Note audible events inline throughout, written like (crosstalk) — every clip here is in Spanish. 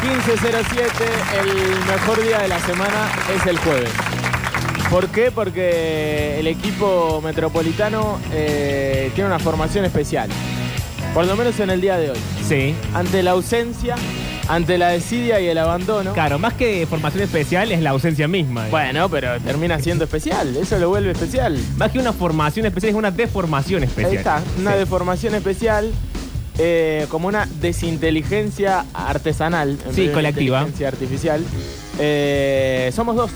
15.07, el mejor día de la semana es el jueves. ¿Por qué? Porque el equipo metropolitano eh, tiene una formación especial. Por lo menos en el día de hoy. Sí. Ante la ausencia, ante la desidia y el abandono. Claro, más que formación especial es la ausencia misma. digamos. Bueno, pero termina siendo especial. Eso lo vuelve especial. Más que una formación especial es una deformación especial. Ahí está, una Sí. deformación especial, eh, como una desinteligencia artesanal. en vez de una colectiva. Inteligencia artificial. Eh, somos dos.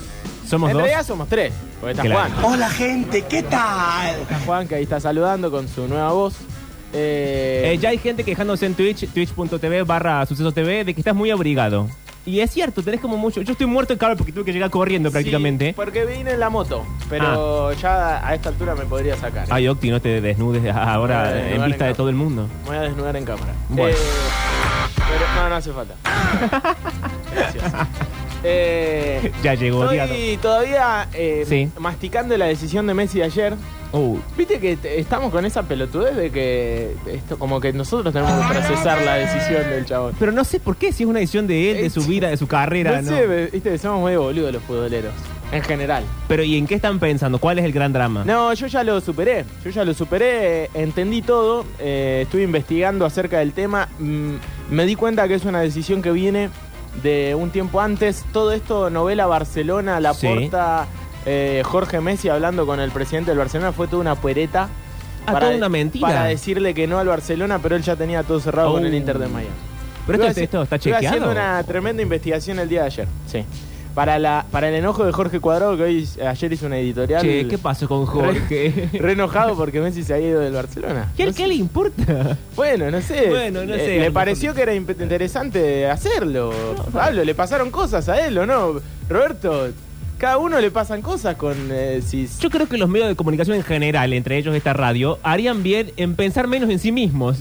Somos en dos. realidad somos tres, porque está Claro. Juan. Hola gente, ¿qué tal? Está Juan que ahí está saludando con su nueva voz. Eh, Eh, ya hay gente quejándose en Twitch, twitch.tv barra suceso TV, de que estás muy abrigado. Y es cierto, tenés como mucho. Yo estoy muerto de calor porque tuve que llegar corriendo sí, pues. prácticamente. Ah. porque vine en la moto, pero ya a esta altura me podría sacar. Ay, Octi, no te desnudes (laughs) ahora Eh, en van vista en de cam- todo el mundo. Me voy a desnudar en cámara. Bueno. Eh, pero- no, no hace falta. Gracias. Eh, Ya llegó odiado. Estoy todavía eh, Sí. masticando la decisión de Messi de ayer. Uh, Viste que te- estamos con esa pelotudez de que esto como que nosotros tenemos que procesar la decisión del chabón. pero no sé por qué, si es una decisión de él, de su vida, de su carrera. Eh, no ¿no? sé, viste, somos muy boludos los futboleros, en general. Pero ¿y en qué están pensando? ¿Cuál es el gran drama? No, yo ya lo superé, yo ya lo superé, eh, entendí todo, eh, estuve investigando acerca del tema, mm, me di cuenta que es una decisión que viene de un tiempo antes, todo esto, novela Barcelona, La Sí. Porta, eh, Jorge Messi hablando con el presidente del Barcelona, fue toda una puereta. Ah, toda una mentira. Para decirle que no al Barcelona, pero él ya tenía todo cerrado con Oh. el Inter de Miami. pero Estuve esto, haci- esto está estuve chequeado. haciendo una tremenda investigación el día de ayer, sí. Para, la, para el enojo de Jorge Cuadrado, que hoy, ayer hizo una editorial. Che, ¿qué pasó (laughs) con Jorge? Re enojado porque Messi se ha ido del Barcelona. ¿Qué, No ¿Qué sé. le importa? Bueno, no sé. Bueno, no Le- sé, a Le, lo mejor. pareció que era imp- interesante hacerlo. Pablo, le pasaron cosas a él, ¿o no? Roberto, cada uno le pasan cosas con... eh, si, (laughs) Yo creo que los medios de comunicación en general, entre ellos esta radio, harían bien en pensar menos en (laughs) sí mismos.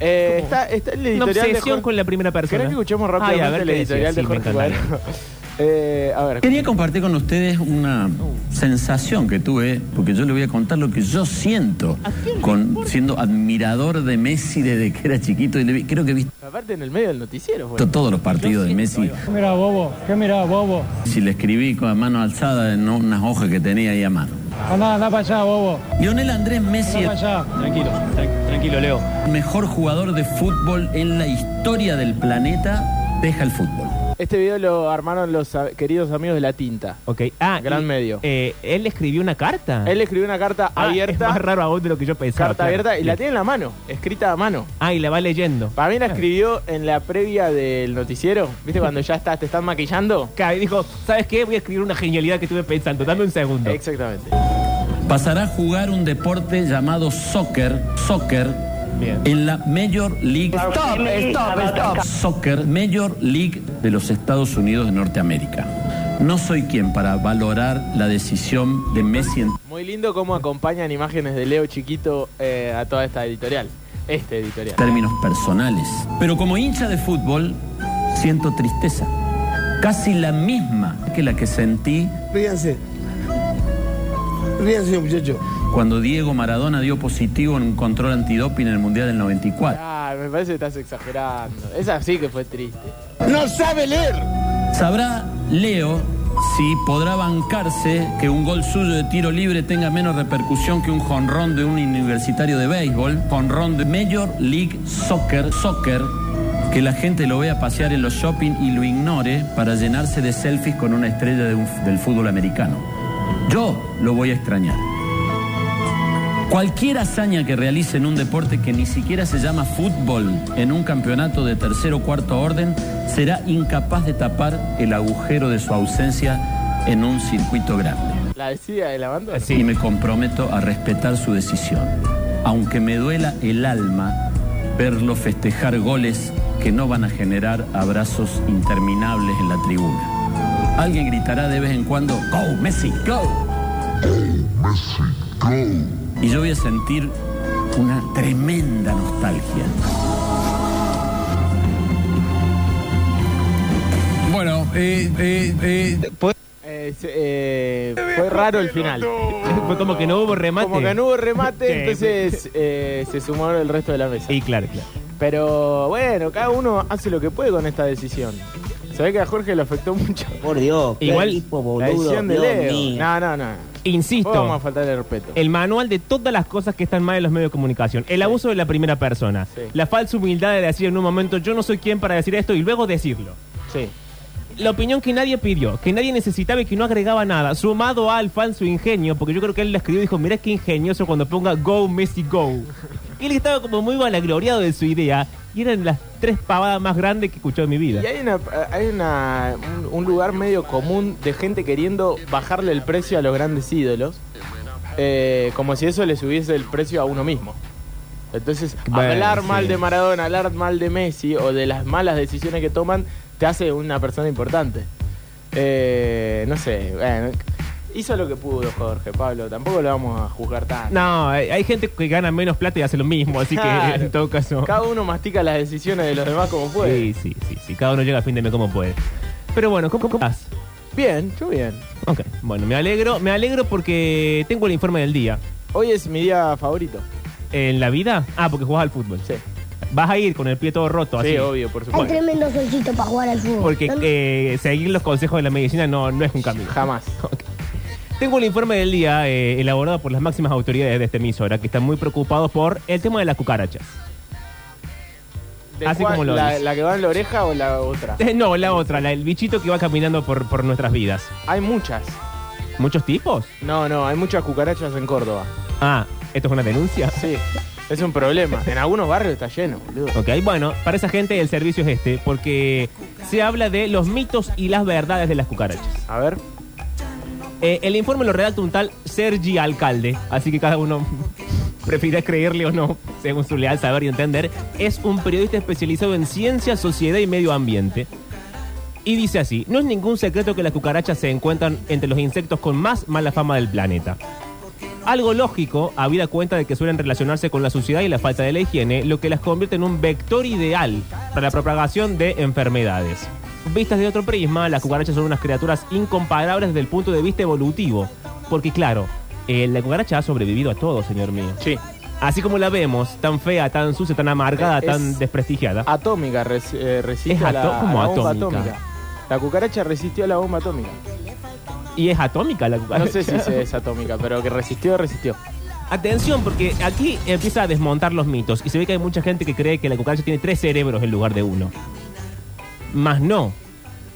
Eh, ¿cómo? está, está el Una editorial de obsesión Jorge- con la primera ¿Querés persona. que escuchemos Ay, rápidamente a ver el qué editorial de decía. Sí, me Jorge encantaría. Cuadrado? (laughs) Eh, a ver. Quería compartir con ustedes una sensación que tuve, porque yo le voy a contar lo que yo siento con, siendo admirador de Messi desde que era chiquito y le vi- creo que he visto Aparte en el medio del noticiero, bueno. todos los partidos de Messi. ¿Qué mira bobo? ¿Qué mira bobo? Si le escribí con la mano alzada en unas hojas que tenía ahí a mano. Anda, anda para allá, bobo. Lionel Andrés Messi, Anda para el allá. Tranquilo, tran- tranquilo, Leo. mejor jugador de fútbol en la historia del planeta, deja el fútbol. Este video lo armaron los ah, queridos amigos de La Tinta. Ok. Ah, Gran y, medio. eh, él escribió una carta. Él escribió una carta Ah, Es abierta. más raro aún de lo que yo pensaba. carta claro. abierta y la tiene en la mano, escrita a mano. Ah, y la va leyendo. Para mí la escribió en la previa del noticiero. ¿Viste cuando ya está, te están maquillando? Claro, Y dijo, ¿sabes qué? Voy a escribir una genialidad que estuve pensando. Dame un segundo. Exactamente. Pasará a jugar un deporte llamado soccer, soccer, Bien. en la Major League Stop, stop, stop. Soccer, Major League de los Estados Unidos de Norteamérica. No soy quien para valorar la decisión de Messi. en- Muy lindo cómo acompañan imágenes de Leo Chiquito eh, a toda esta editorial. Este editorial. términos personales. Pero como hincha de fútbol, siento tristeza. Casi la misma que la que sentí Ríanse. Ríanse, muchachos. cuando Diego Maradona dio positivo en un control antidoping en el Mundial del 94. Ah, me parece que estás exagerando. Esa sí que fue triste. No sabe leer. Sabrá Leo si podrá bancarse que un gol suyo de tiro libre tenga menos repercusión que un jonrón de un universitario de béisbol, jonrón de Major League Soccer, soccer, que la gente lo vea pasear en los shopping y lo ignore para llenarse de selfies con una estrella de un f- del fútbol americano. Yo lo voy a extrañar. Cualquier hazaña que realice en un deporte que ni siquiera se llama fútbol en un campeonato de tercer o cuarto orden será incapaz de tapar el agujero de su ausencia en un circuito grande. La decía de la Eh, banda. Y me comprometo a respetar su decisión, aunque me duela el alma verlo festejar goles que no van a generar abrazos interminables en la tribuna. Alguien gritará de vez en cuando, ¡Go, Messi, go! Y yo voy a sentir una tremenda nostalgia. Bueno, eh, eh, eh. Eh, se- eh, fue raro el final. (laughs) Fue como que no hubo remate. Como que no hubo remate, Sí. entonces eh, se sumó el resto de la mesa. Y claro, claro. Pero bueno, cada uno hace lo que puede con esta decisión. Se ve que a Jorge le afectó (laughs) mucho. Por Dios, qué Igual, equipo la boludo. decisión de Dios Leo. mío. No, no, no. Hoy vamos a Insisto, faltar el respeto. el manual de todas las cosas que están mal en los medios de comunicación. El abuso de la primera persona. Sí. La falsa humildad de decir en un momento, yo no soy quien para decir esto y luego decirlo. Sí. La opinión que nadie pidió, que nadie necesitaba y que no agregaba nada, sumado al falso ingenio, porque yo creo que él lo escribió y dijo, mirá qué ingenioso cuando ponga Go Messi Go. Y él estaba como muy balagloriado de su idea y eran las tres pavadas más grandes que he escuchado en mi vida. Y hay, una, hay una, un, un lugar medio común de gente queriendo bajarle el precio a los grandes ídolos, eh, como si eso le subiese el precio a uno mismo. Entonces, Bueno, hablar sí. mal de Maradona, hablar mal de Messi o de las malas decisiones que toman, te hace una persona importante. Eh, no sé, bueno, hizo lo que pudo Jorge, Pablo, tampoco lo vamos a juzgar tanto. No, hay, hay gente que gana menos plata y hace lo mismo, así que Claro. en todo caso... Cada uno mastica las decisiones de los demás como puede. Sí, sí, sí, sí, cada uno llega a fin de mes como puede. Pero bueno, ¿cómo, cómo estás? Bien, yo bien. Ok, bueno, me alegro, me alegro porque tengo el informe del día. Hoy es mi día favorito. ¿En la vida? Ah, porque jugás al fútbol. Sí, Vas a ir con el pie todo roto, sí así. obvio, por Hay supuesto. tremendo solcito para jugar al fútbol. Porque Dame- eh, seguir los consejos de la medicina no, no es un camino. (laughs) Jamás. Tengo el informe del día eh, elaborado por las máximas autoridades de esta emisora que están muy preocupados por el tema de las cucarachas. ¿De Así cuál? como lo la, dice. la que va en la oreja o la otra? Eh, no, la otra, la- el bichito que va caminando por, por nuestras vidas. Hay muchas. ¿Muchos tipos? No, no, hay muchas cucarachas en Córdoba. Ah, ¿esto es una denuncia? Sí, es un problema. En algunos barrios está lleno, boludo. Ok, bueno, para esa gente el servicio es este, porque se habla de los mitos y las verdades de las cucarachas. A ver, Eh, el informe lo redacta un tal Sergi Alcalde, así que cada uno (laughs) prefiera creerle o no, según su leal saber y entender. Es un periodista especializado en ciencia, sociedad y medio ambiente. Y dice así, no es ningún secreto que las cucarachas se encuentran entre los insectos con más mala fama del planeta. Algo lógico, habida cuenta de que suelen relacionarse con la suciedad y la falta de la higiene, lo que las convierte en un vector ideal para la propagación de enfermedades. Vistas de otro prisma, las cucarachas son unas criaturas incomparables desde el punto de vista evolutivo. Porque claro, eh, la cucaracha ha sobrevivido a todo, señor mío. sí. Así como la vemos, tan fea, tan sucia, tan amargada, Eh, Es- tan desprestigiada. Atómica res- eh, resiste Es a la, ató- a ¿cómo la bomba atómica? atómica. La cucaracha resistió a la bomba atómica. Y es atómica la cucaracha. No sé (laughs) si se- es atómica, pero que resistió, resistió. Atención, porque aquí empieza a desmontar los mitos y se ve que hay mucha gente que cree que la cucaracha tiene tres cerebros en lugar de uno. Más no,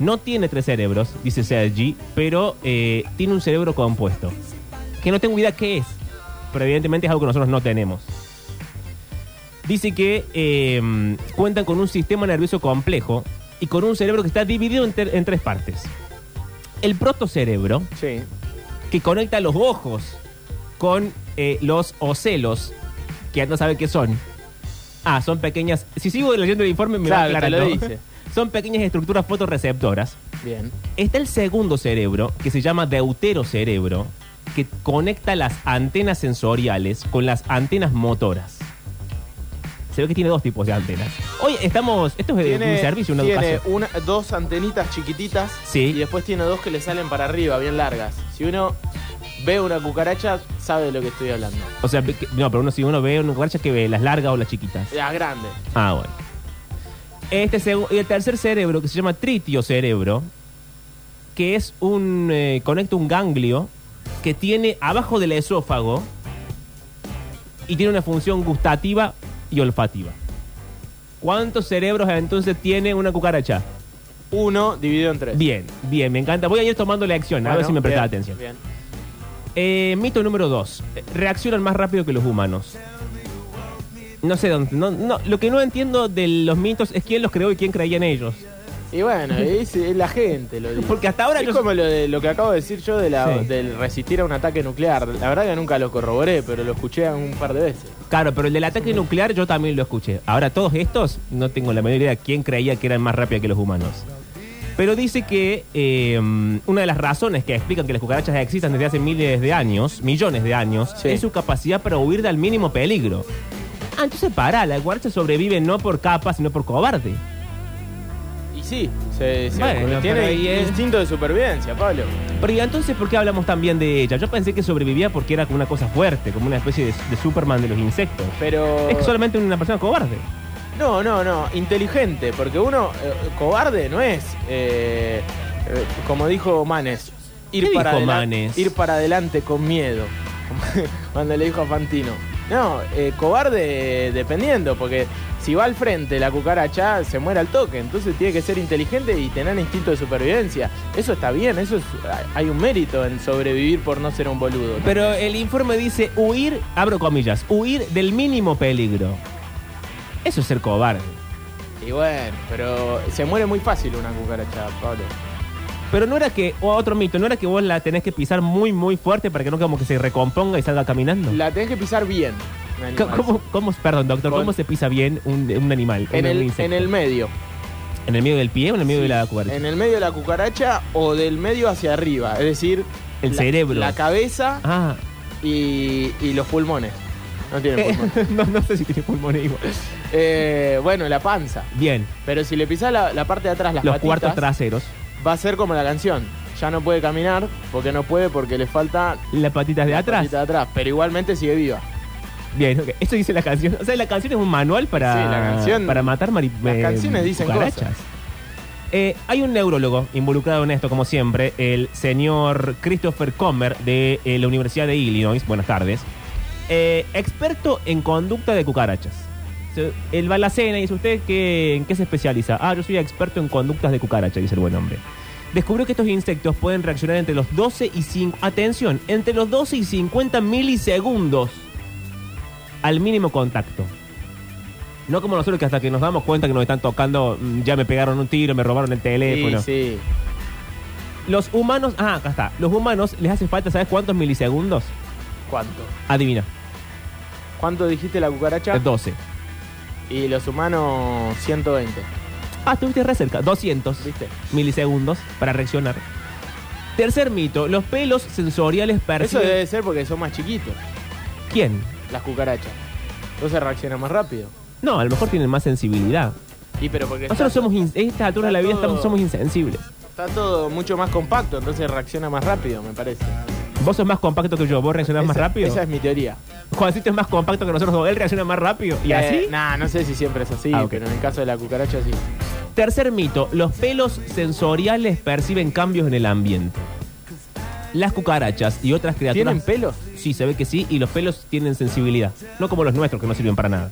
no tiene tres cerebros, dice Sergi, pero eh, tiene un cerebro compuesto. Que no tengo idea qué es, pero evidentemente es algo que nosotros no tenemos. Dice que eh, cuentan con un sistema nervioso complejo y con un cerebro que está dividido en, ter- en tres partes. El protocerebro, Sí. que conecta los ojos con eh, los ocelos, que no sabe qué son. Ah, son pequeñas. Si sigo leyendo el informe, me va Claro, te lo aclarando. dice. (laughs) Son pequeñas estructuras fotorreceptoras. Bien. Está el segundo cerebro, que se llama deuterocerebro, que conecta las antenas sensoriales con las antenas motoras. Se ve que tiene dos tipos de antenas. Hoy estamos. Esto es de un servicio, una tiene educación. una- dos antenitas chiquititas Sí. y después tiene dos que le salen para arriba, bien largas. Si uno ve una cucaracha, sabe de lo que estoy hablando. O sea, que- no, pero uno si uno ve una cucaracha que ve las largas o las chiquitas. La grande. Ah, bueno. Este segu- y el tercer cerebro, que se llama tritiocerebro, que es un. eh, conecta un ganglio que tiene abajo del esófago y tiene una función gustativa y olfativa. ¿Cuántos cerebros entonces tiene una cucaracha? Uno dividido en tres. Bien, bien, me encanta. Voy a ir tomando la acción, a ver Bueno, si me presta bien, atención. bien. Eh, mito número 2. Reaccionan más rápido que los humanos. No sé dónde. No, no, lo que no entiendo de los mitos es quién los creó y quién creía en ellos. Y bueno, es, es la gente lo dice. Porque hasta ahora es yo- como lo, de- lo que acabo de decir yo de la- Sí. del resistir a un ataque nuclear. La verdad que nunca lo corroboré, pero lo escuché un par de veces. Claro, pero el del ataque nuclear yo también lo escuché. Ahora, todos estos, no tengo la menor idea de quién creía que eran más rápidos que los humanos. Pero dice que eh, una de las razones que explican que las cucarachas existan desde hace miles de años, millones de años, Sí. es su capacidad para huir del mínimo peligro. Ah, entonces pará, la cucaracha sobrevive no por capa, sino por cobarde. Y sí, se, se- Bueno, pero tiene ahí es- instinto de supervivencia, Pablo. Pero ¿y entonces por qué hablamos tan bien de ella? Yo pensé que sobrevivía porque era como una cosa fuerte, como una especie de, de Superman de los insectos. Pero Es que solamente una persona cobarde. No, no, no, inteligente, porque uno eh, cobarde no es, eh, eh, como dijo Manes, ir, ¿Qué para dijo adelan- Manes? ir para adelante con miedo, (laughs) cuando le dijo a Fantino. No, eh, cobarde eh, dependiendo, porque si va al frente la cucaracha se muere al toque, entonces tiene que ser inteligente y tener instinto de supervivencia. Eso está bien, eso es, hay un mérito en sobrevivir por no ser un boludo. ¿no? Pero el informe dice huir, abro comillas, huir del mínimo peligro. Eso es ser cobarde. Y bueno, pero se muere muy fácil una cucaracha, Pablo. Pero no era que, o otro mito, no era que vos la tenés que pisar muy, muy fuerte para que no como que se recomponga y salga caminando. La tenés que pisar bien. un Co- animal. ¿Cómo, cómo- perdón, doctor, Con- ¿cómo se pisa bien un, un animal? En un, un el, insecto? en el medio. ¿En el medio del pie o en el medio de la cuerda? En el medio de la cucaracha o del medio hacia arriba. Es decir, El la- cerebro. La cabeza Ah, y, y los pulmones. No tiene eh, pulmones. (laughs) no, no sé si tiene pulmones igual. Eh, bueno, la panza. Bien, Pero si le pisás la, la parte de atrás, las los patitas, cuartos traseros, va a ser como la canción. Ya no puede caminar porque no puede porque le falta las patitas de la atrás. patita de atrás. Pero igualmente sigue viva. Bien, ok. Eso dice la canción. O sea, la canción es un manual para, Sí, la canción- para matar mari las eh, canciones dicen cucarachas. Eh, hay un neurólogo involucrado en esto, como siempre, el señor Christopher Comer de eh, la Universidad de Illinois. Buenas tardes. Eh, experto en conducta de cucarachas. O sea, Él va a la cena y dice, ¿usted qué, en qué se especializa? Ah, yo soy experto en conductas de cucaracha, dice el buen hombre. Descubrió que estos insectos pueden reaccionar entre los 12 y 5... Atención, entre los 12 y 50 milisegundos al mínimo contacto. No como nosotros que hasta que nos damos cuenta que nos están tocando, mm, ya me pegaron un tiro, me robaron el teléfono. Sí, sí. Los humanos, ah, acá está. Los humanos les hace falta, ¿sabes cuántos milisegundos? ¿Cuánto? Adivina, ¿Cuánto dijiste la cucaracha? 12. Y los humanos 120. Ah, estuviste re cerca, 200 ¿Viste? milisegundos para reaccionar. Tercer mito, los pelos sensoriales Eso perciben... debe ser porque son más chiquitos, ¿Quién? las cucarachas. Entonces reaccionan más rápido. No, a lo mejor tienen más sensibilidad. Y pero porque está, Nosotros somos, in- a esta altura de la vida estamos, somos insensibles. está todo mucho más compacto, entonces reacciona más rápido, me parece. Vos sos más compacto que yo, vos reaccionás más Esa- rápido. Esa es mi teoría. Juancito es más compacto que nosotros, dos, él reacciona más rápido. ¿Y Eh, así? Nah, no sé si siempre es así, Ah, ok. pero en el caso de la cucaracha sí. Tercer mito, los pelos sensoriales perciben cambios en el ambiente. Las cucarachas y otras criaturas... ¿Tienen pelos? Sí, se ve que sí, y los pelos tienen sensibilidad. No como los nuestros, que no sirven para nada.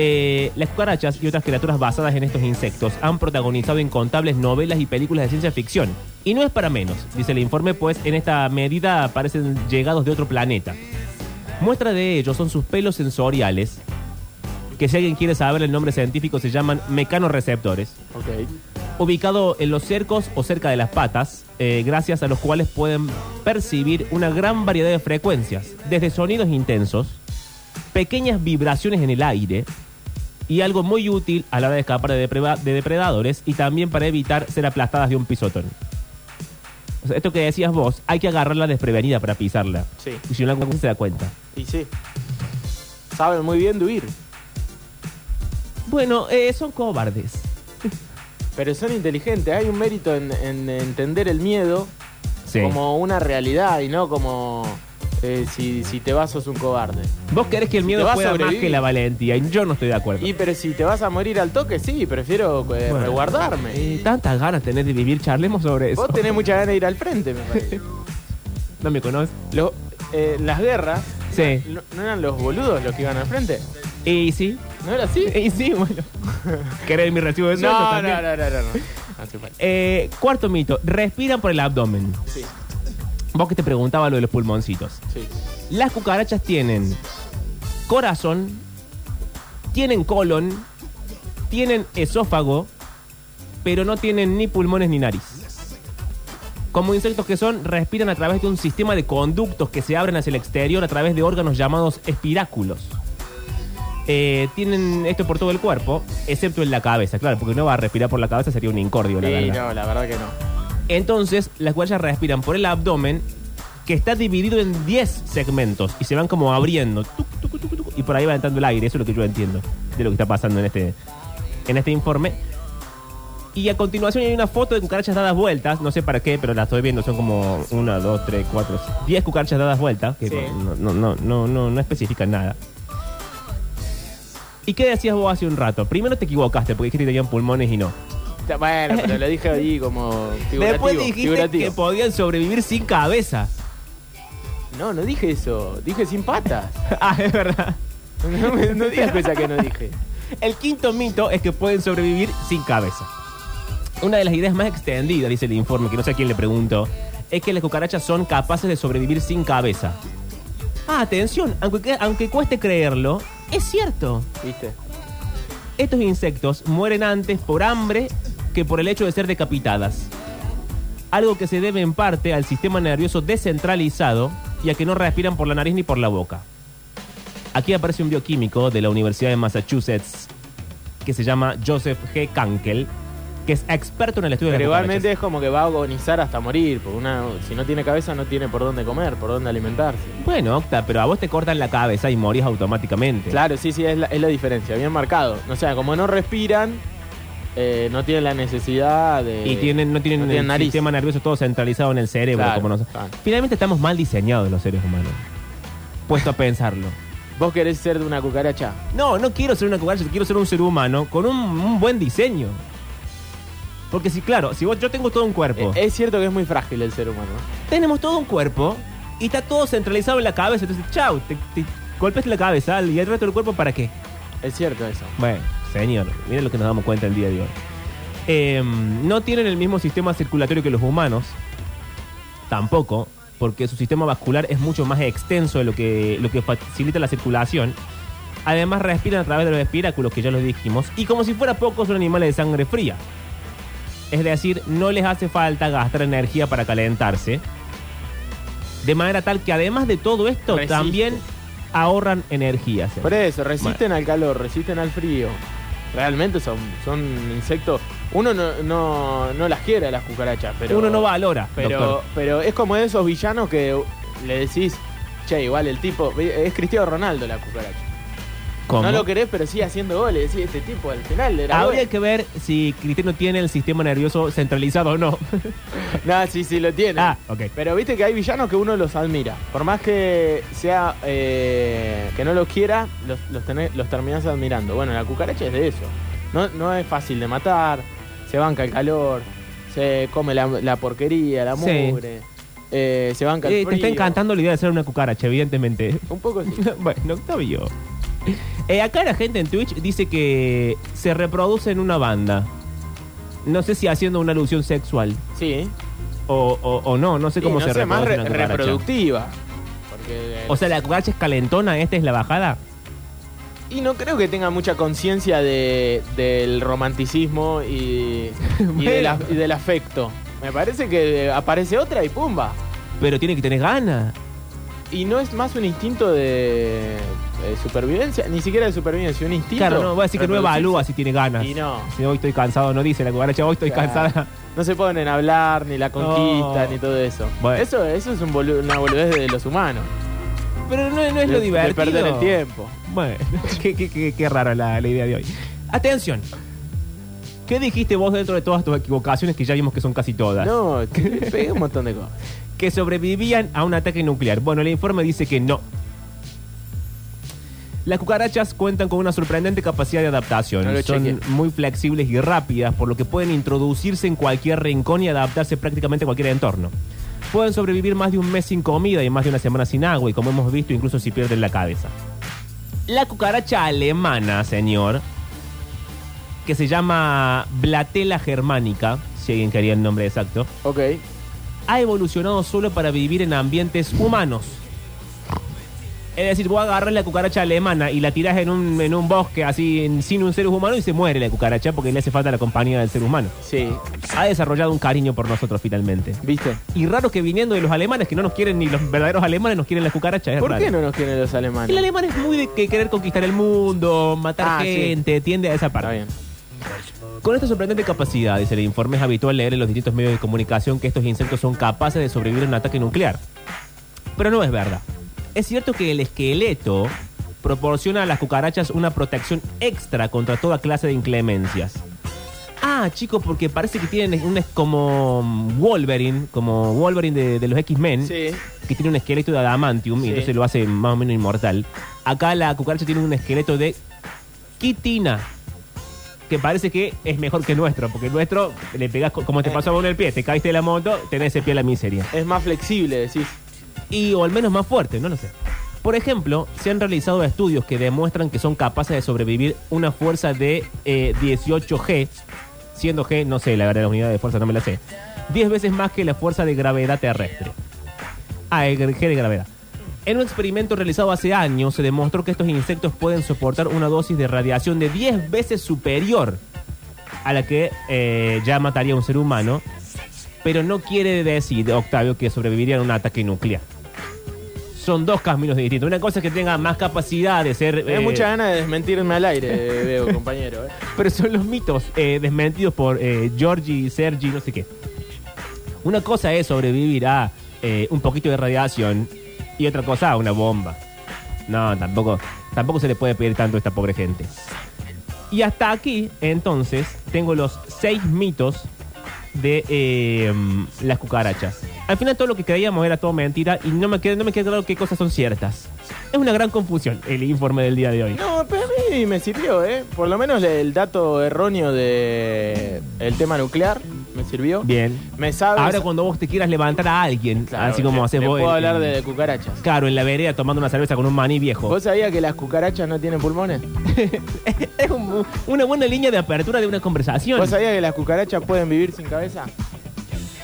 Eh, las cucarachas y otras criaturas basadas en estos insectos han protagonizado incontables novelas y películas de ciencia ficción. Y no es para menos, dice el informe, pues en esta medida parecen llegados de otro planeta. Muestra de ello son sus pelos sensoriales, que si alguien quiere saber el nombre científico se llaman mecanorreceptores Ok. ubicado en los cercos o cerca de las patas, eh, gracias a los cuales pueden percibir una gran variedad de frecuencias, desde sonidos intensos, pequeñas vibraciones en el aire y algo muy útil a la hora de escapar de, depreva- de depredadores y también para evitar ser aplastadas de un pisotón. O sea, esto que decías vos, hay que agarrarla desprevenida para pisarla. Sí. Y si no, la se da cuenta. Y sí. Saben muy bien de huir, Bueno, eh, son cobardes. pero son inteligentes. Hay un mérito en, en entender el miedo Sí. como una realidad y no como eh, si, si te vas sos un cobarde. Vos querés que el Te miedo va a pueda más sobrevivir. que la valentía. y Yo no estoy de acuerdo. Y pero si te vas a morir al toque, sí, prefiero eh, Bueno. resguardarme. Eh, tantas ganas tenés de vivir, charlemos sobre eso. Vos tenés mucha ganas de ir al frente, me (laughs) parece. ¿No me conoces? Lo- eh, las guerras, Sí. no, no eran los boludos los que iban al frente? (laughs) Y sí, ¿No era así? y sí, bueno. ¿Querés mi recibo de sueldo No, no, Eh, también? no, no, no. (laughs) no. No hace falta. Eh, cuarto mito, respiran por el abdomen. Sí, Vos que te preguntaba lo de los pulmoncitos. sí. Las cucarachas tienen corazón, tienen colon, tienen esófago, pero no tienen ni pulmones ni nariz. Como insectos que son, respiran a través de un sistema de conductos que se abren hacia el exterior a través de órganos llamados espiráculos. Eh, tienen esto por todo el cuerpo, excepto en la cabeza, claro, porque no va a respirar por la cabeza, sería un incordio, la Sí, verdad. no, la verdad que no. Entonces, las cucarachas respiran por el abdomen, que está dividido en 10 segmentos, y se van como abriendo, tuc, tuc, tuc, tuc, y por ahí va entrando el aire. Eso es lo que yo entiendo de lo que está pasando en este, en este informe. Y a continuación hay una foto de cucarachas dadas vueltas, no sé para qué, pero la estoy viendo, son como una, dos, tres, cuatro, 10 cucarachas dadas vueltas, que Sí. no, no, no, no, no, no especifican nada. ¿Y qué decías vos hace un rato? Primero te equivocaste porque dijiste que tenían pulmones y no. Está- Bueno, pero lo dije ahí como figurativo. Después dijiste figurativo. que podían sobrevivir sin cabeza. (laughs) No, no dije eso. Dije sin patas. (laughs) ah, es verdad. No, me- no digas cosas que no dije. El quinto mito es que pueden sobrevivir sin cabeza. Una de las ideas más extendidas, dice el informe, que no sé a quién le pregunto, es que las cucarachas son capaces de sobrevivir sin cabeza. Ah, atención, aunque, que- aunque cueste creerlo, es cierto. ¿Viste? Estos insectos mueren antes por hambre que por el hecho de ser decapitadas. Algo que se debe en parte al sistema nervioso descentralizado y a que no respiran por la nariz ni por la boca. Aquí aparece un bioquímico de la Universidad de Massachusetts que se llama Joseph G. Kankel, que es experto en el estudio Pero de las cucarachas. igualmente es como que va a agonizar hasta morir. Porque una, si no tiene cabeza, no tiene por dónde comer, por dónde alimentarse. Bueno, Octa, pero a vos te cortan la cabeza y morís automáticamente. Claro, sí, sí, es la, es la diferencia. Bien marcado. O sea, como no respiran, eh, no tienen la necesidad de. Y tienen, no tienen, Eh, no tienen el nariz. sistema nervioso todo centralizado en el cerebro. Claro, como nosotros. claro. Finalmente estamos mal diseñados los seres humanos. Puesto a pensarlo. Vos querés ser de una cucaracha. No, no quiero ser una cucaracha, quiero ser un ser humano con un, un buen diseño. Porque si, claro, si vos, yo tengo todo un cuerpo. Eh, es cierto que es muy frágil el ser humano. ¿eh? tenemos todo un cuerpo y está todo centralizado en la cabeza. Entonces, chau, te, te golpeaste la cabeza y el resto del cuerpo para qué. Es cierto eso. Bueno, señor, miren lo que nos damos cuenta el día de hoy. Em, no tienen el mismo sistema circulatorio que los humanos, tampoco, porque su sistema vascular es mucho más extenso de lo que, lo que facilita la circulación. Además respiran a través de los espiráculos, que ya los dijimos, y como si fuera poco son animales de sangre fría. Es decir, no les hace falta gastar energía para calentarse. De manera tal que además de todo esto, Resisten. también ahorran energía. señor. Por eso, resisten al calor, resisten al frío. Realmente son, son insectos. Uno no, no, no las quiere a las cucarachas, pero. Uno no valora, Pero, doctor. pero es como de esos villanos que le decís, che, igual el tipo. Es Cristiano Ronaldo la cucaracha. ¿Cómo? Ah, No lo querés, pero sigue haciendo goles. Decís, este tipo al final era. Habría bueno. que ver si Cristiano tiene el sistema nervioso centralizado o no. No, sí, sí lo tiene. ah, ok. Pero viste que hay villanos que uno los admira. Por más que sea eh, que no los quiera, los, los, tenés- los terminás admirando. Bueno, la cucaracha es de eso. No, no es fácil de matar, se banca el calor, se come la, la porquería, la Sí. mugre, eh, se banca el Eh, te frío. está encantando la idea de ser una cucaracha, evidentemente. (laughs) Un poco sí. bueno, Octavio. Eh, acá la gente en Twitch dice que se reproduce en una banda. No sé si haciendo una alusión sexual Sí. ¿eh? o, o- o no, no sé Sí, cómo no se sé, más reproduce re- una cucaracha. reproductiva. Porque, eh, O sea, la cucaracha es calentona, esta es la bajada. y no creo que tenga mucha conciencia de, del romanticismo y, y de la- y del afecto. Me parece que aparece otra y pumba. Pero tiene que tener ganas. Y no es más un instinto de, eh, supervivencia, ni siquiera de supervivencia, un instinto. Claro, no, voy a decir que no reproducirse. evalúa si tiene ganas. Y no. Si hoy estoy cansado, no dice la cucaracha, hoy estoy Claro. cansada. No se ponen a hablar, ni la conquista, No. ni todo eso. Bueno. Eso, eso es un bolu- una boludez de los humanos. Pero no, no es De- lo de divertido. perder el tiempo. (laughs) Bueno, qué, qué, qué, qué rara la, la idea de hoy. Atención. ¿Qué dijiste vos dentro de todas tus equivocaciones que ya vimos que son casi todas? No, te- pegué un montón de cosas. Que sobrevivían a un ataque nuclear. Bueno, el informe dice que no. Las cucarachas cuentan con una sorprendente capacidad de adaptación. No lo son chequeé. muy flexibles y rápidas, por lo que pueden introducirse en cualquier rincón y adaptarse prácticamente a cualquier entorno. Pueden sobrevivir más de un mes sin comida y más de una semana sin agua, y como hemos visto, incluso si pierden la cabeza. La cucaracha alemana, señor, que se llama Blatella germánica, si alguien quería el nombre exacto, Ok. ha evolucionado solo para vivir en ambientes humanos. Es decir, vos agarras la cucaracha alemana y la tirás en un, en un bosque así en- sin un ser humano y se muere la cucaracha porque le hace falta la compañía del ser humano. Sí, Ha desarrollado un cariño por nosotros finalmente. ¿viste? Y raro que viniendo de los alemanes, que no nos quieren ni los verdaderos alemanes, nos quieren las cucarachas. es ¿Por raro. qué no nos quieren los alemanes? El alemán es muy de que querer conquistar el mundo, matar Ah, sí. gente, tiende a esa parte. Está bien. Con esta sorprendente capacidad, dice el informe, es habitual leer en los distintos medios de comunicación que estos insectos son capaces de sobrevivir a un ataque nuclear. Pero no es verdad. Es cierto que el esqueleto proporciona a las cucarachas una protección extra contra toda clase de inclemencias. Ah, chicos, porque parece que tienen un es como mm, Wolverine, como Wolverine de, de los X-Men, Sí. que tiene un esqueleto de adamantium Sí. y entonces lo hace más o menos inmortal. Acá la cucaracha tiene un esqueleto de quitina. Que parece que es mejor que el nuestro, porque el nuestro le pegas como te pasó a vos en el pie, te caíste de la moto, tenés el pie a la miseria. Es más flexible, decís. Y o al menos más fuerte, no lo sé. Por ejemplo, se han realizado estudios que demuestran que son capaces de sobrevivir una fuerza de eh, 18G, siendo G, no sé, la verdad, la unidad de fuerza no me la sé, 10 veces más que la fuerza de gravedad terrestre. Ah, el G de gravedad. En un experimento realizado hace años se demostró que estos insectos pueden soportar una dosis de radiación de 10 veces superior a la que eh, ya mataría un ser humano, pero no quiere decir, Octavio, que sobrevivirían a un ataque nuclear. Son dos caminos distintos. Una cosa es que tengan más capacidad de ser... Tenés eh, mucha ganas de desmentirme al aire, (laughs) veo, compañero. eh. Pero son los mitos eh, desmentidos por eh, Georgie, Sergi, no sé qué. Una cosa es sobrevivir a eh, un poquito de radiación y otra cosa a una bomba. No, tampoco, tampoco se le puede pedir tanto a esta pobre gente. Y hasta aquí, entonces, tengo los seis mitos de eh, mm, las cucarachas. Al final todo lo que creíamos era todo mentira y no me queda, no me queda claro qué cosas son ciertas. Es una gran confusión el informe del día de hoy. No, pero a mí me sirvió, ¿eh? Por lo menos el dato erróneo de el tema nuclear me sirvió. Bien. Me sabes. Ahora cuando vos te quieras levantar a alguien, Claro, así como le- haces le vos. Puedo en- hablar en- de cucarachas. Claro, en la vereda tomando una cerveza con un maní viejo. ¿Vos sabías que las cucarachas no tienen pulmones? (laughs) es un- una buena línea de apertura de una conversación. ¿Vos sabías que las cucarachas pueden vivir sin cabeza?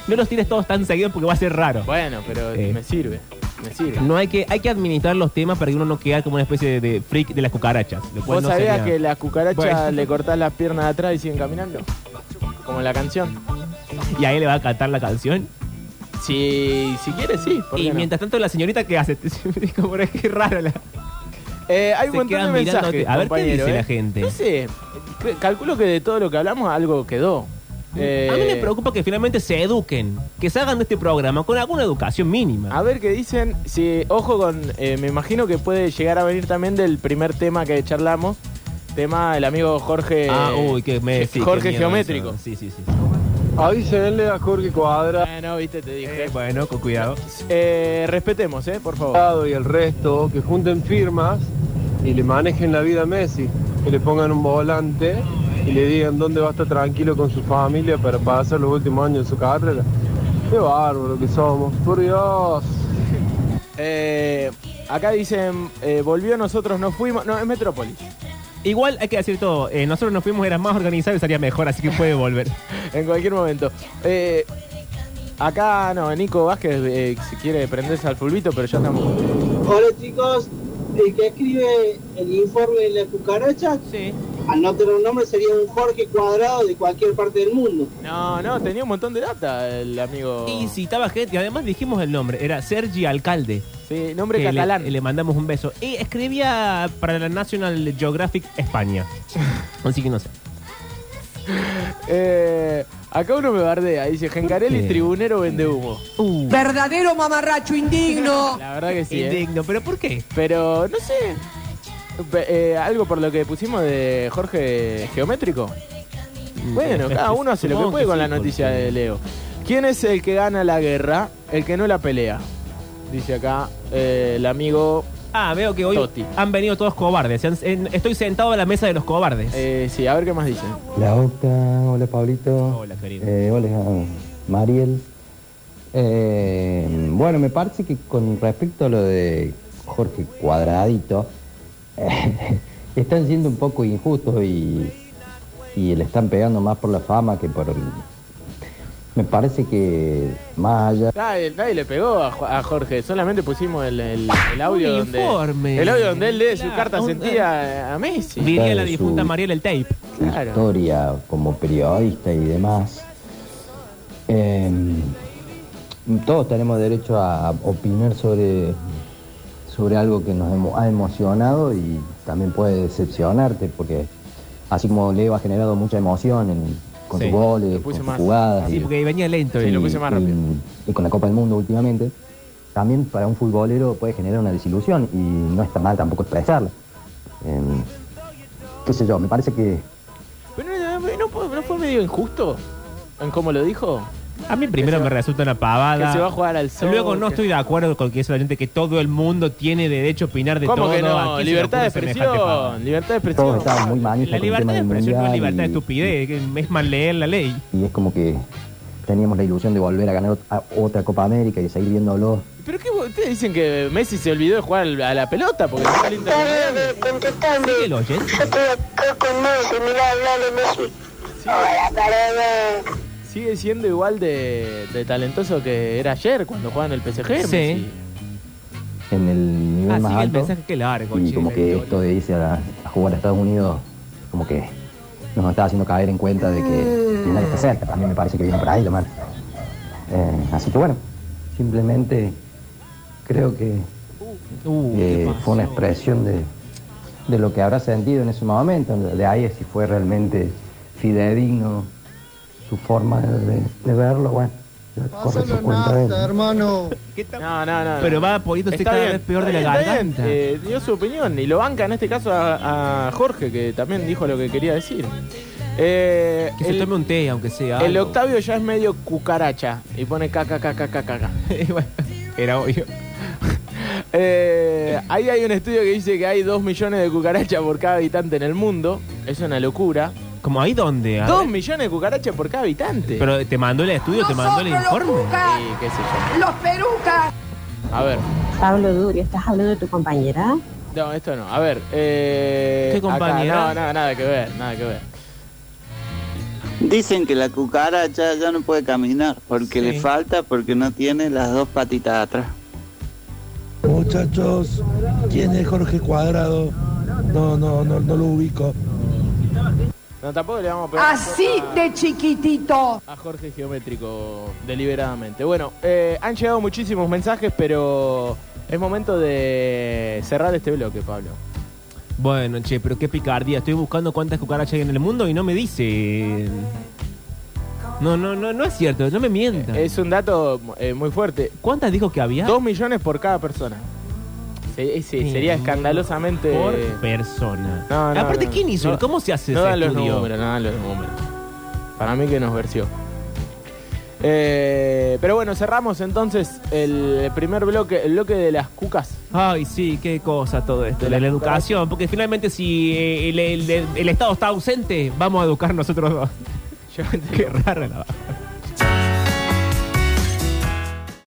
No los tires todos tan seguidos porque va a ser raro. Bueno, pero Eh. me sirve. Me sirve. No hay que, hay que administrar los temas para que uno no quede como una especie de, de freak de las cucarachas. lo cual ¿Vos no sabías sería- que las cucarachas Bueno. le cortás las piernas de atrás y siguen caminando? Como en la canción. Y ahí le va a cantar la canción. Si, si quieres, sí. ¿por Y qué no? mientras tanto la señorita que hace, (laughs) como es que rara la. Eh, hay un se montón de quedan mirándote. mensajes. A ver, ¿qué compañero, dice eh? la gente? No sé. Cre- Calculo que de todo lo que hablamos algo quedó. Eh, A mí me preocupa que finalmente se eduquen, que salgan de este programa con alguna educación mínima. A ver qué dicen. Si, ojo con. eh, me imagino que puede llegar a venir también del primer tema que charlamos. Tema del amigo Jorge. Ah, uy, que me sí, eh, Jorge qué miedo Geométrico. eso. Sí, sí, sí. Avísenle a Jorge Cuadra Bueno, viste, te dije. Eh, bueno, con cuidado. Eh, respetemos, ¿eh? Por favor. y el resto que junten firmas y le manejen la vida a Messi. Que le pongan un volante y le digan dónde va a estar tranquilo con su familia para pasar los últimos años de su carrera. Qué bárbaro que somos, por Dios. Eh, acá dicen, eh, volvió nosotros, no fuimos. No, es Metrópolis. (laughs) Igual hay que decir todo. eh, nosotros nos fuimos, era más organizado y salía mejor, así que puede (laughs) volver. En cualquier momento. Eh, acá, no, Nico Vázquez eh, si quiere prenderse al fulbito, pero ya estamos. Hola chicos, el que escribe el informe de la cucaracha, Sí. al no tener un nombre sería un Jorge Cuadrado de cualquier parte del mundo. No, no, tenía un montón de data el amigo. Y citaba gente, y además dijimos el nombre, era Sergi Alcalde. Sí, nombre que le- catalán. Le, mandamos un beso. Y escribía para la National Geographic (laughs) España. Así que no sé. Eh, acá uno me bardea, dice Gencarelli qué? tribunero vende humo. Uh, Verdadero mamarracho indigno. La verdad que sí. eh. indigno, pero ¿por qué? Pero no sé. Pe- eh, algo por lo que pusimos de Jorge Geométrico. (laughs) Bueno, cada uno hace lo que Supongo puede con sí, la noticia porque- de Leo. ¿Quién es el que gana la guerra? El que no la pelea. Dice acá eh, el amigo. Ah, veo que hoy Totti. han venido todos cobardes. Se han- en- estoy sentado a la mesa de los cobardes. eh, sí, a ver qué más dicen. La Octa, hola Pablito. Hola, querido. Eh, hola, Mariel. Eh, bueno, me parece que con respecto a lo de Jorge Cuadradito, eh, (laughs) están siendo un poco injustos y, y le están pegando más por la fama que por... Me parece que más allá... Nadie, nadie le pegó a, Jo- a Jorge, solamente pusimos el, el- el audio Un donde. informe. El audio donde él lee su Claro, carta un- eh. sentida a- a Messi. Diría la su- difunta Mariel el tape. su Claro. historia como periodista y demás. Eh, todos tenemos derecho a opinar sobre, sobre algo que nos emo- ha emocionado y también puede decepcionarte porque así como Leo ha generado mucha emoción en- con Sí, sus goles, con puse sus más. jugadas Sí, y, porque venía lento. eh, Sí, el- lo puse más rápido. y- y con la Copa del Mundo últimamente, también para un futbolero puede generar una desilusión y no está mal tampoco expresarla. Eh, qué sé yo, me parece que Pero no, no- no fue- no fue medio injusto en cómo lo dijo. A mí primero me resulta una pavada. que se va a jugar al sol, Luego no que- estoy de acuerdo con que es la gente que todo el mundo tiene derecho a opinar de ¿Cómo todo. que ¿A no? quién se le Libertad de ocurre semejante pavada? expresión. Libertad de Todos expresión. estaban muy manijas La con el libertad este tema de del expresión no es mundial libertad de y- estupidez, que es mal leer la ley. y es como que teníamos la ilusión de volver a ganar ot- a- otra Copa América y de seguir viéndolo. ¿Pero qué? Ustedes dicen que Messi se olvidó de jugar al- a la pelota porque está lindo. ¿Qué lo oyes? Sigue siendo igual de, de talentoso que era ayer cuando jugaba en el PSG. Sí. Messi. en el nivel más Así que el alto. mensaje que largo, Y che, como la que historia. esto de irse a, a jugar a Estados Unidos, como que nos está haciendo caer en cuenta de que nadie está cerca. A mí me parece que viene por ahí lo mal. Eh, así que bueno, simplemente creo que Uh, eh, ¿qué pasó? fue una expresión de, de lo que habrá sentido en ese momento. De ahí si fue realmente fidedigno su forma de, de verlo, bueno. ya corre su cuenta de él. hermano. ¿Qué tal? No, no, no. no. Pero va poniéndose Está cada bien, vez peor de la está bien, está bien. garganta. Eh, dio su opinión y lo banca en este caso a, a Jorge, que también dijo lo que quería decir. Eh, que se el, tome un té, aunque sea. el (laughs) algo. Octavio ya es medio cucaracha y pone caca, caca, caca, caca. Y bueno, Era obvio. (laughs) Eh, ahí hay un estudio que dice que hay 2 millones de cucarachas por cada habitante en el mundo. Es una locura. Como ahí donde. a 2 ver. millones de cucarachas por cada habitante. Ah, Pero te mandó el estudio, te mandó el Nosotros los informe. cucas, Sí, qué sé yo. Ah, los perucas. A ver. Pablo Durio, ¿estás hablando de tu compañera? No, esto no. A ver. Eh, ¿Qué acá, compañera? no, no, nada que ver, nada que ver. Dicen que la cucaracha ya no puede caminar porque Sí. le falta, porque no tiene las dos patitas atrás. Muchachos, ¿quién es Jorge Cuadrado? No, no, no, no lo ubico. No, tampoco le vamos a pegar. Así a- de chiquitito. A Jorge Geométrico, deliberadamente. Bueno, eh, han llegado muchísimos mensajes, pero es momento de cerrar este bloque, Pablo. Bueno, che, pero qué picardía. Estoy buscando cuántas cucarachas hay en el mundo y no me dice. No, no, no, no es cierto. No me mientas. Es un dato eh, muy fuerte. ¿Cuántas dijo que había? Dos millones por cada persona. Se- ese sería Sí. escandalosamente. por persona. No, no, Aparte, no. ¿quién hizo? No, ¿Cómo se hace no ese dan los estudio? números, no dan los números. Para mí que nos versió. Eh, pero bueno, cerramos entonces el primer bloque, el bloque de las cucas. Ay, sí, qué cosa todo esto. De La, la la educación, porque finalmente si eh, el, el- el- el Estado está ausente, vamos a educar nosotros dos. Yo- qué raro la